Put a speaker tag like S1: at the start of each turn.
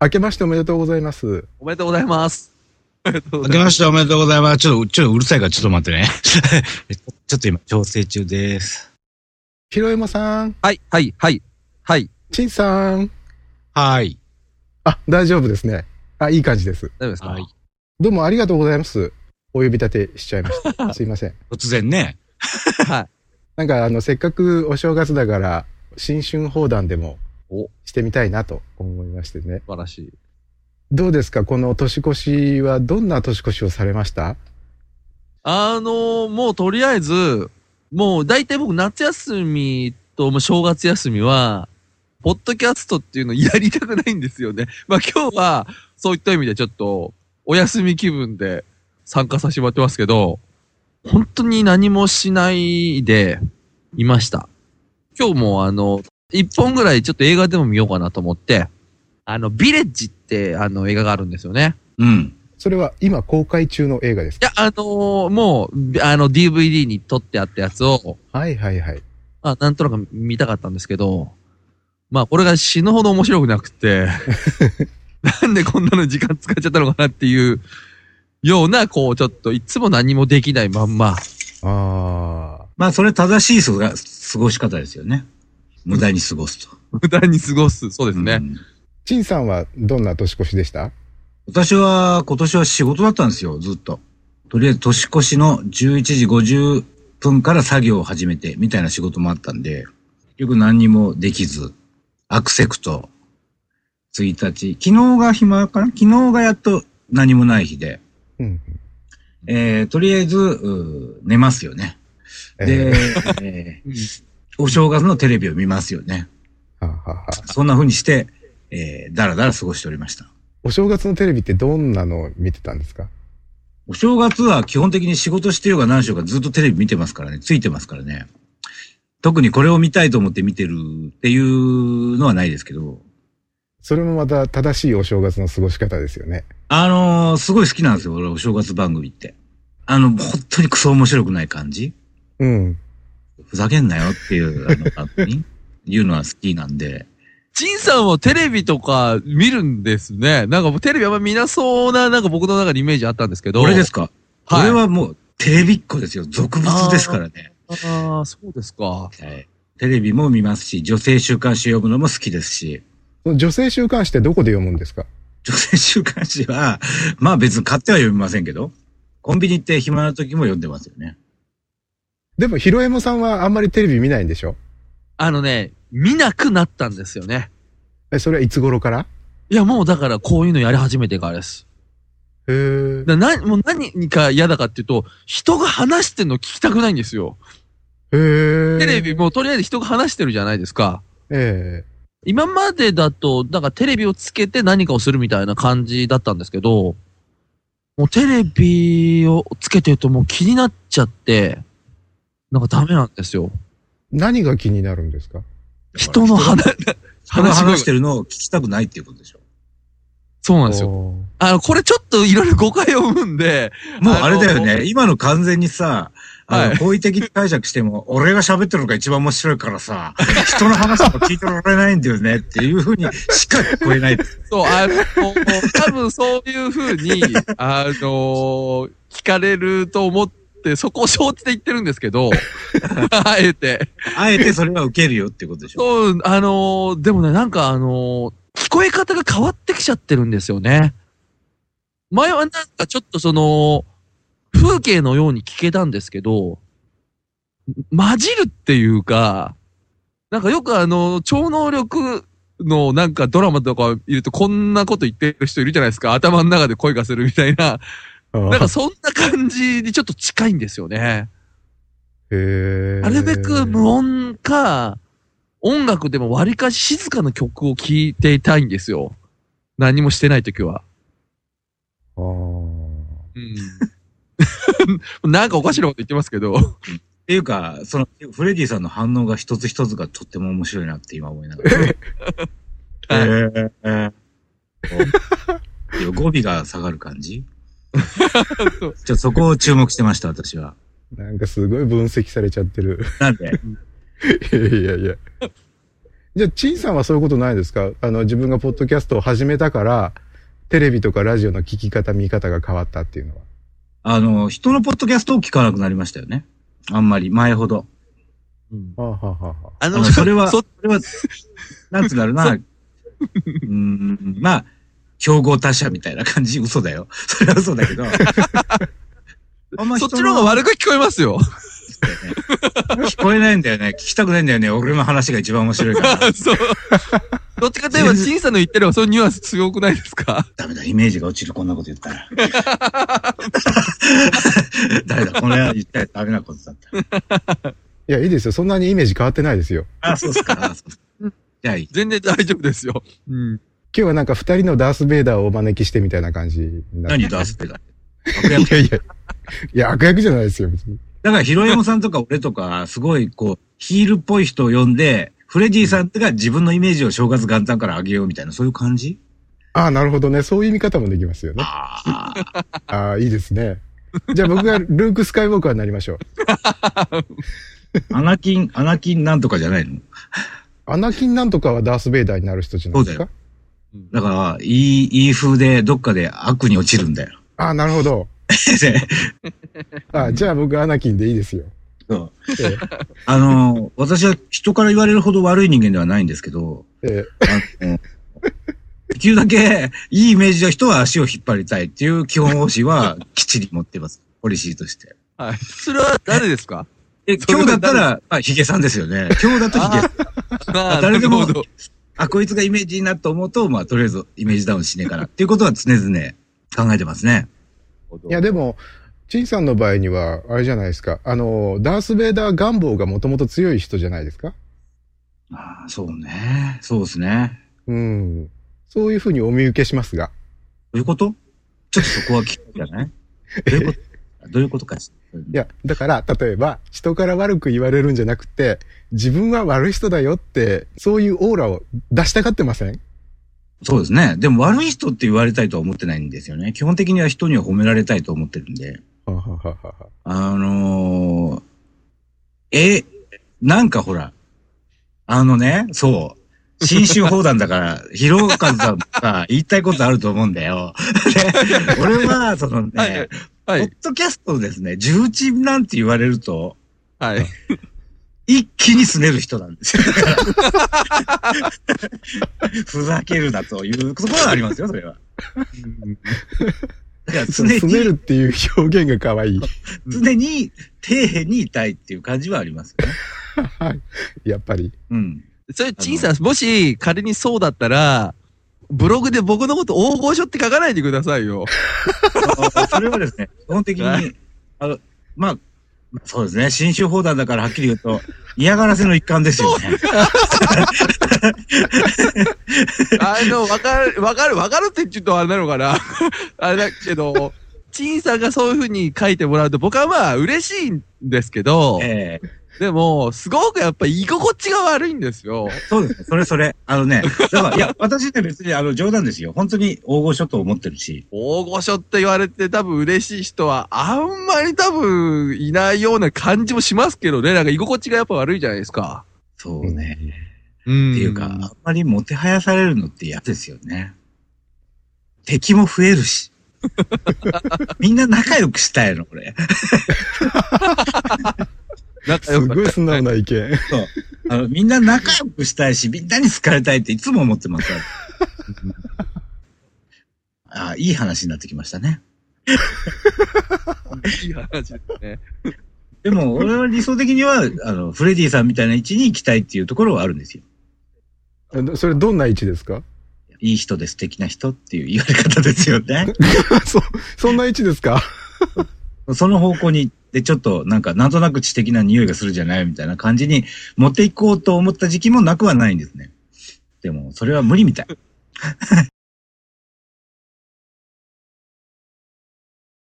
S1: 明けましておめでとうございます。
S2: おめでとうございます。おめでとうご
S3: 明
S2: ざ
S3: け
S2: いま
S3: ましておめでとうございます。ちょっと、ちょっとうるさいからちょっと待 ってね。ちょっと今、調整中です。
S1: ひろえもさん、
S2: す。はい、はい、はい、はい。
S1: ちんさん。
S3: はい。
S1: あ、大丈夫ですね。あ、いい感じです。
S2: 大丈夫ですか
S3: はい。
S1: どうもありがとうございます。お呼び立てしちゃいました。すいません。
S3: 突然ね。
S2: はい。
S1: なんか、あの、せっかくお正月だから、新春放談でも
S2: お
S1: してみたいなと思いましてね。
S2: 素晴らしい。
S1: どうですかこの年越しはどんな年越しをされました
S2: あのーもうとりあえず、もう大体僕夏休みともう正月休みは、ポッドキャストっていうのやりたくないんですよね。 まあ今日は、そういった意味でちょっと、お休み気分で参加させてもらってますけど、本当に何もしないで、いました。今日もあの、一本ぐらいちょっと映画でも見ようかなと思って、あの、ビレッジってあの映画があるんですよね。
S3: うん。
S1: それは今公開中の映画です
S2: いや、あのーもう、あの、DVD に撮ってあったやつを、
S1: かはいはいはい。
S2: まあ、なんとなく見たかったんですけど、まあ、これが死ぬほど面白くなく て、なんでこんなの時間使っちゃったのかなっていう、ような、こう、ちょっと、いつも何もできないまんま、
S1: あ
S3: まあ、それ正しいそが過ごし方ですよね。無駄に過ごすと。
S2: 無駄に過ごす。そうです
S3: う
S2: ね。
S3: ん
S1: ー。ちんさんはどんな年越しでした
S3: 私は、今年は仕事だったんですよ、ずっと。とりあえず年越しの11時50分から作業を始めて、みたいな仕事もあったんで、結局何にもできず、アクセクト、1日、昨日が暇かな昨日がやっと何もない日で、
S1: うん。
S3: えー、とりあえず、うー寝ますよね。
S1: え
S3: で、
S1: ー
S3: えーお正月のテレビを見ますよね。
S1: はあはあはあ
S3: そんな風にして、えー、だらだら過ごしておりました。
S1: お正月のテレビってどんなのを見てたんですか
S3: お正月は基本的に仕事してようが何しようがずっとテレビ見てますからね、ついてますからね。特にこれを見たいと思って見てるっていうのはないですけど、
S1: それもまた正しいお正月の過ごし方ですよね。
S3: あのーすごい好きなんですよ、俺お正月番組って。あの、本当にクソ面白くない感じ
S1: うん。
S3: ふざけんなよっていう、あの、番組いうのは好きなんで。
S2: 陳さんはテレビとか見るんですね。なんかもうテレビあんま見なそうな、なんか僕の中にイメージあったんですけど。
S3: 俺ですか、
S2: はい。
S3: 俺はもうテレビっ子ですよ、俗物ですからね。
S2: ああ、そうですか。
S3: はいテレビも見ますし、女性週刊誌読むのも好きですし。
S1: その女性週刊誌ってどこで読むんですか
S3: 女性週刊誌は、まあ別に買っては読みませんけど、コンビニ行って暇な時も読んでますよね。
S1: でも、ひろえもさんはあんまりテレビ見ないんでしょ
S2: あのね、見なくなったんですよね。
S1: え、それはいつ頃から
S2: いや、もうだからこういうのやり始めてからです。
S1: へー
S2: だな、もう何か嫌だかっていうと、人が話してんの聞きたくないんですよ。
S1: へー
S2: テレビもうとりあえず人が話してるじゃないですか。
S1: え
S2: 今までだと、なんかテレビをつけて何かをするみたいな感じだったんですけど、もうテレビをつけてるともう気になっちゃって、なんかダメなんですよ。
S1: え何が気になるんですか
S2: 人の話、
S3: 人が話して
S2: る。
S3: るのを聞きたくないっていうことでしょ。
S2: そうなんですよ。
S1: おー
S2: あの、これちょっといろいろ誤解を生むんで、
S3: もうあれだよ
S2: あの
S3: ね。今の完全にさ、あ
S2: は
S3: の、
S2: い
S3: 好意的に解釈しても、俺が喋ってるのが一番面白いからさ、人の話も聞いてられないんだよねっていうふうにしか聞こえない。
S2: そう、あの、多分そういう風に、あの聞かれると思って、そこを承知で言ってるんですけど、あえて。
S3: あえてそれは受けるよっていうことでしょ。
S2: そう、あのでもね、なんかあの聞こえ方が変わってきちゃってるんですよね。前はなんかちょっとその、風景のように聞けたんですけど、混じるっていうか、なんかよくあの、超能力のなんかドラマとかいるとこんなこと言ってる人いるじゃないですか。頭の中で声がするみたいな。
S1: あー
S2: なんかそんな感じにちょっと近いんですよね。
S1: へー
S2: なるべく無音か、音楽でも割りかし静かな曲を聴いていたいんですよ。何もしてないときは。
S1: あー
S2: うん。 なんかおかしなこと言ってますけど。
S3: っていうか、その、フレディさんの反応が一つ一つがとっても面白いなって今思いなが ら。
S2: はい
S3: えーえーこう語尾が下がる感じちょっとそこを注目してました、私は。
S1: なんかすごい分析されちゃってる。
S3: なんで、
S1: いやいやいや。じゃあ、陳さんはそういうことないですかあの、自分がポッドキャストを始めたから、テレビとかラジオの聞き方、見方が変わったっていうのは。
S3: あの、人のポッドキャストを聞かなくなりましたよね。あんまり、前ほど。
S2: うん
S1: はあ、はあはあは
S2: あ
S3: あの、それは、
S2: そ
S3: それは、なんつうんだ ろうな。うーん、まあ、競合他社みたいな感じ、嘘だよ。それは嘘 だけど。あんま
S2: そっ
S3: 人
S2: ちの方が悪く聞こえますよ。
S3: 聞こえないんだよね。聞きたくないんだよね。俺の話が一番面白いか ら。
S2: そう。どっちかといえば、審査の言ってるば、そのニュアンス強くないですか
S3: ダメだ、イメージが落ちる、こんなこと言った ら。誰だ、これは言ったらダメなことだった。
S1: い。いや、いいですよ。そんなにイメージ変わってないですよ。
S3: あ、そうっすか。あそうっすかじゃあいい。
S2: 全然大丈夫ですよ。うん。
S1: 今日はなんか二人のダース・ベイダーをお招きしてみたいな感じになって
S3: 何と焦ってた悪役
S1: いやいや。いや、悪役じゃないですよ、別に。
S3: だから、ヒロエモさんとか俺とか、すごい、こう、ヒールっぽい人を呼んで、フレディさんが自分のイメージを正月元旦から上げようみたいな、そういう感じ
S1: ああ、なるほどね。そういう見方もできますよね。
S3: ああ。
S1: ああ、いいですね。じゃあ僕がルーク・スカイウォーカーになりましょう。
S3: アナキン、アナキンなんとかじゃないの
S1: アナキンなんとかはダース・ベイダーになる人じゃないです
S3: そ
S1: か
S3: だから、いい、いい風で、どっかで悪に落ちるんだよ。
S1: ああ、なるほど。ああ、じゃあ僕アナキンでいいですよ。
S3: そう
S1: え
S3: あの、私は人から言われるほど悪い人間ではないんですけど、
S1: えええ
S3: あ のできるだけいいイメージの人は足を引っ張りたいっていう基本方針はきっちり持ってます。ポリシーとして。
S2: はい。それは誰ですか
S3: で、
S2: それ
S3: 今
S2: は
S3: 日だったら、まあ、ヒゲさんですよね。今日だとヒゲさん。
S2: あー
S3: 誰でも
S2: なるほど
S3: あ、こいつがイメージいいなと思うと、まあ、とりあえずイメージダウンしねえからっていうことは常々考えてますね。
S1: いや、でも、陳さんの場合には、あれじゃないですか。あの、ダース・ベイダー願望がもともと強い人じゃないですか
S3: ああ、そうね。そうですね。
S1: うん。そういうふうにお見受けしますが。
S3: どういうことちょっとそこは聞くじゃないどういうことどういうこ とかし
S1: いや、だから、例えば、人から悪く言われるんじゃなくて、自分は悪い人だよって、そういうオーラを出したがってません
S3: そうですね。でも悪い人って言われたいとは思ってないんですよね。基本的には人には褒められたいと思ってるんで。
S1: はははは
S3: あのー、え、なんかほら、あのね、そう、新春砲弾だ から、広岡さんが言いたいことあると思うんだよ。で俺は、そのね、
S2: はいは
S3: ポ
S2: い
S3: ッ。ドキャストをですね、重鎮なんて言われると、
S2: はい。
S3: 一気に拗ねる人なんですよ。 ふざけるなというところはありますよ、それは。だから常
S1: すね
S3: に、
S1: るっていう表現が可愛い。
S3: 常に底辺にいたいっていう感じはありますよね。
S1: はい。やっぱり。
S3: うん。
S2: それ、陳さん、もし仮にそうだったら、ブログで僕のこと大御所って書かないでください よ。
S3: あそれはですね、 基本的
S2: は
S3: に、あの、まあ、そうですね、新種砲弾だからはっきり言うと、嫌がらせの一環ですよね。
S2: あの、わかる、わかる、わかるって言うとあれなのかな。 あれだけど、陳さんがそういう風に書いてもらうと僕はまあ嬉しいんですけど、
S3: ええ
S2: でも、すごくやっぱり居心地が悪いんですよ。
S3: そうですね、それそれ。あのね、だから、いや、私って別にあの冗談ですよ。本当に大御所と思ってるし。
S2: 大御所って言われて多分嬉しい人はあんまり多分いないような感じもしますけどね。なんか居心地がやっぱ悪いじゃないですか。
S3: そうね。
S2: うん。
S3: っていうか、あんまりもてはやされるのって嫌ですよね。敵も増える し。みんな仲良くしたいの、これ。
S2: 仲
S1: す
S2: 良く
S1: ごい素直な意見。
S3: そう。あの、みんな仲良くしたいし、みんなに好かれたいっていつも思ってます から。ああ、いい話になってきましたね。
S2: いい話ですね。
S3: でも、俺は理想的には、あの、フレディさんみたいな位置に行きたいっていうところはあるんですよ。
S1: それどんな位置ですか
S3: いい人で素敵な人っていう言われ方ですよね。
S1: そ、そんな位置ですか
S3: その方向に行って、ちょっとなんか、なんとなく知的な匂いがするじゃないみたいな感じに持っていこうと思った時期もなくはないんですね。でも、それは無理みたい。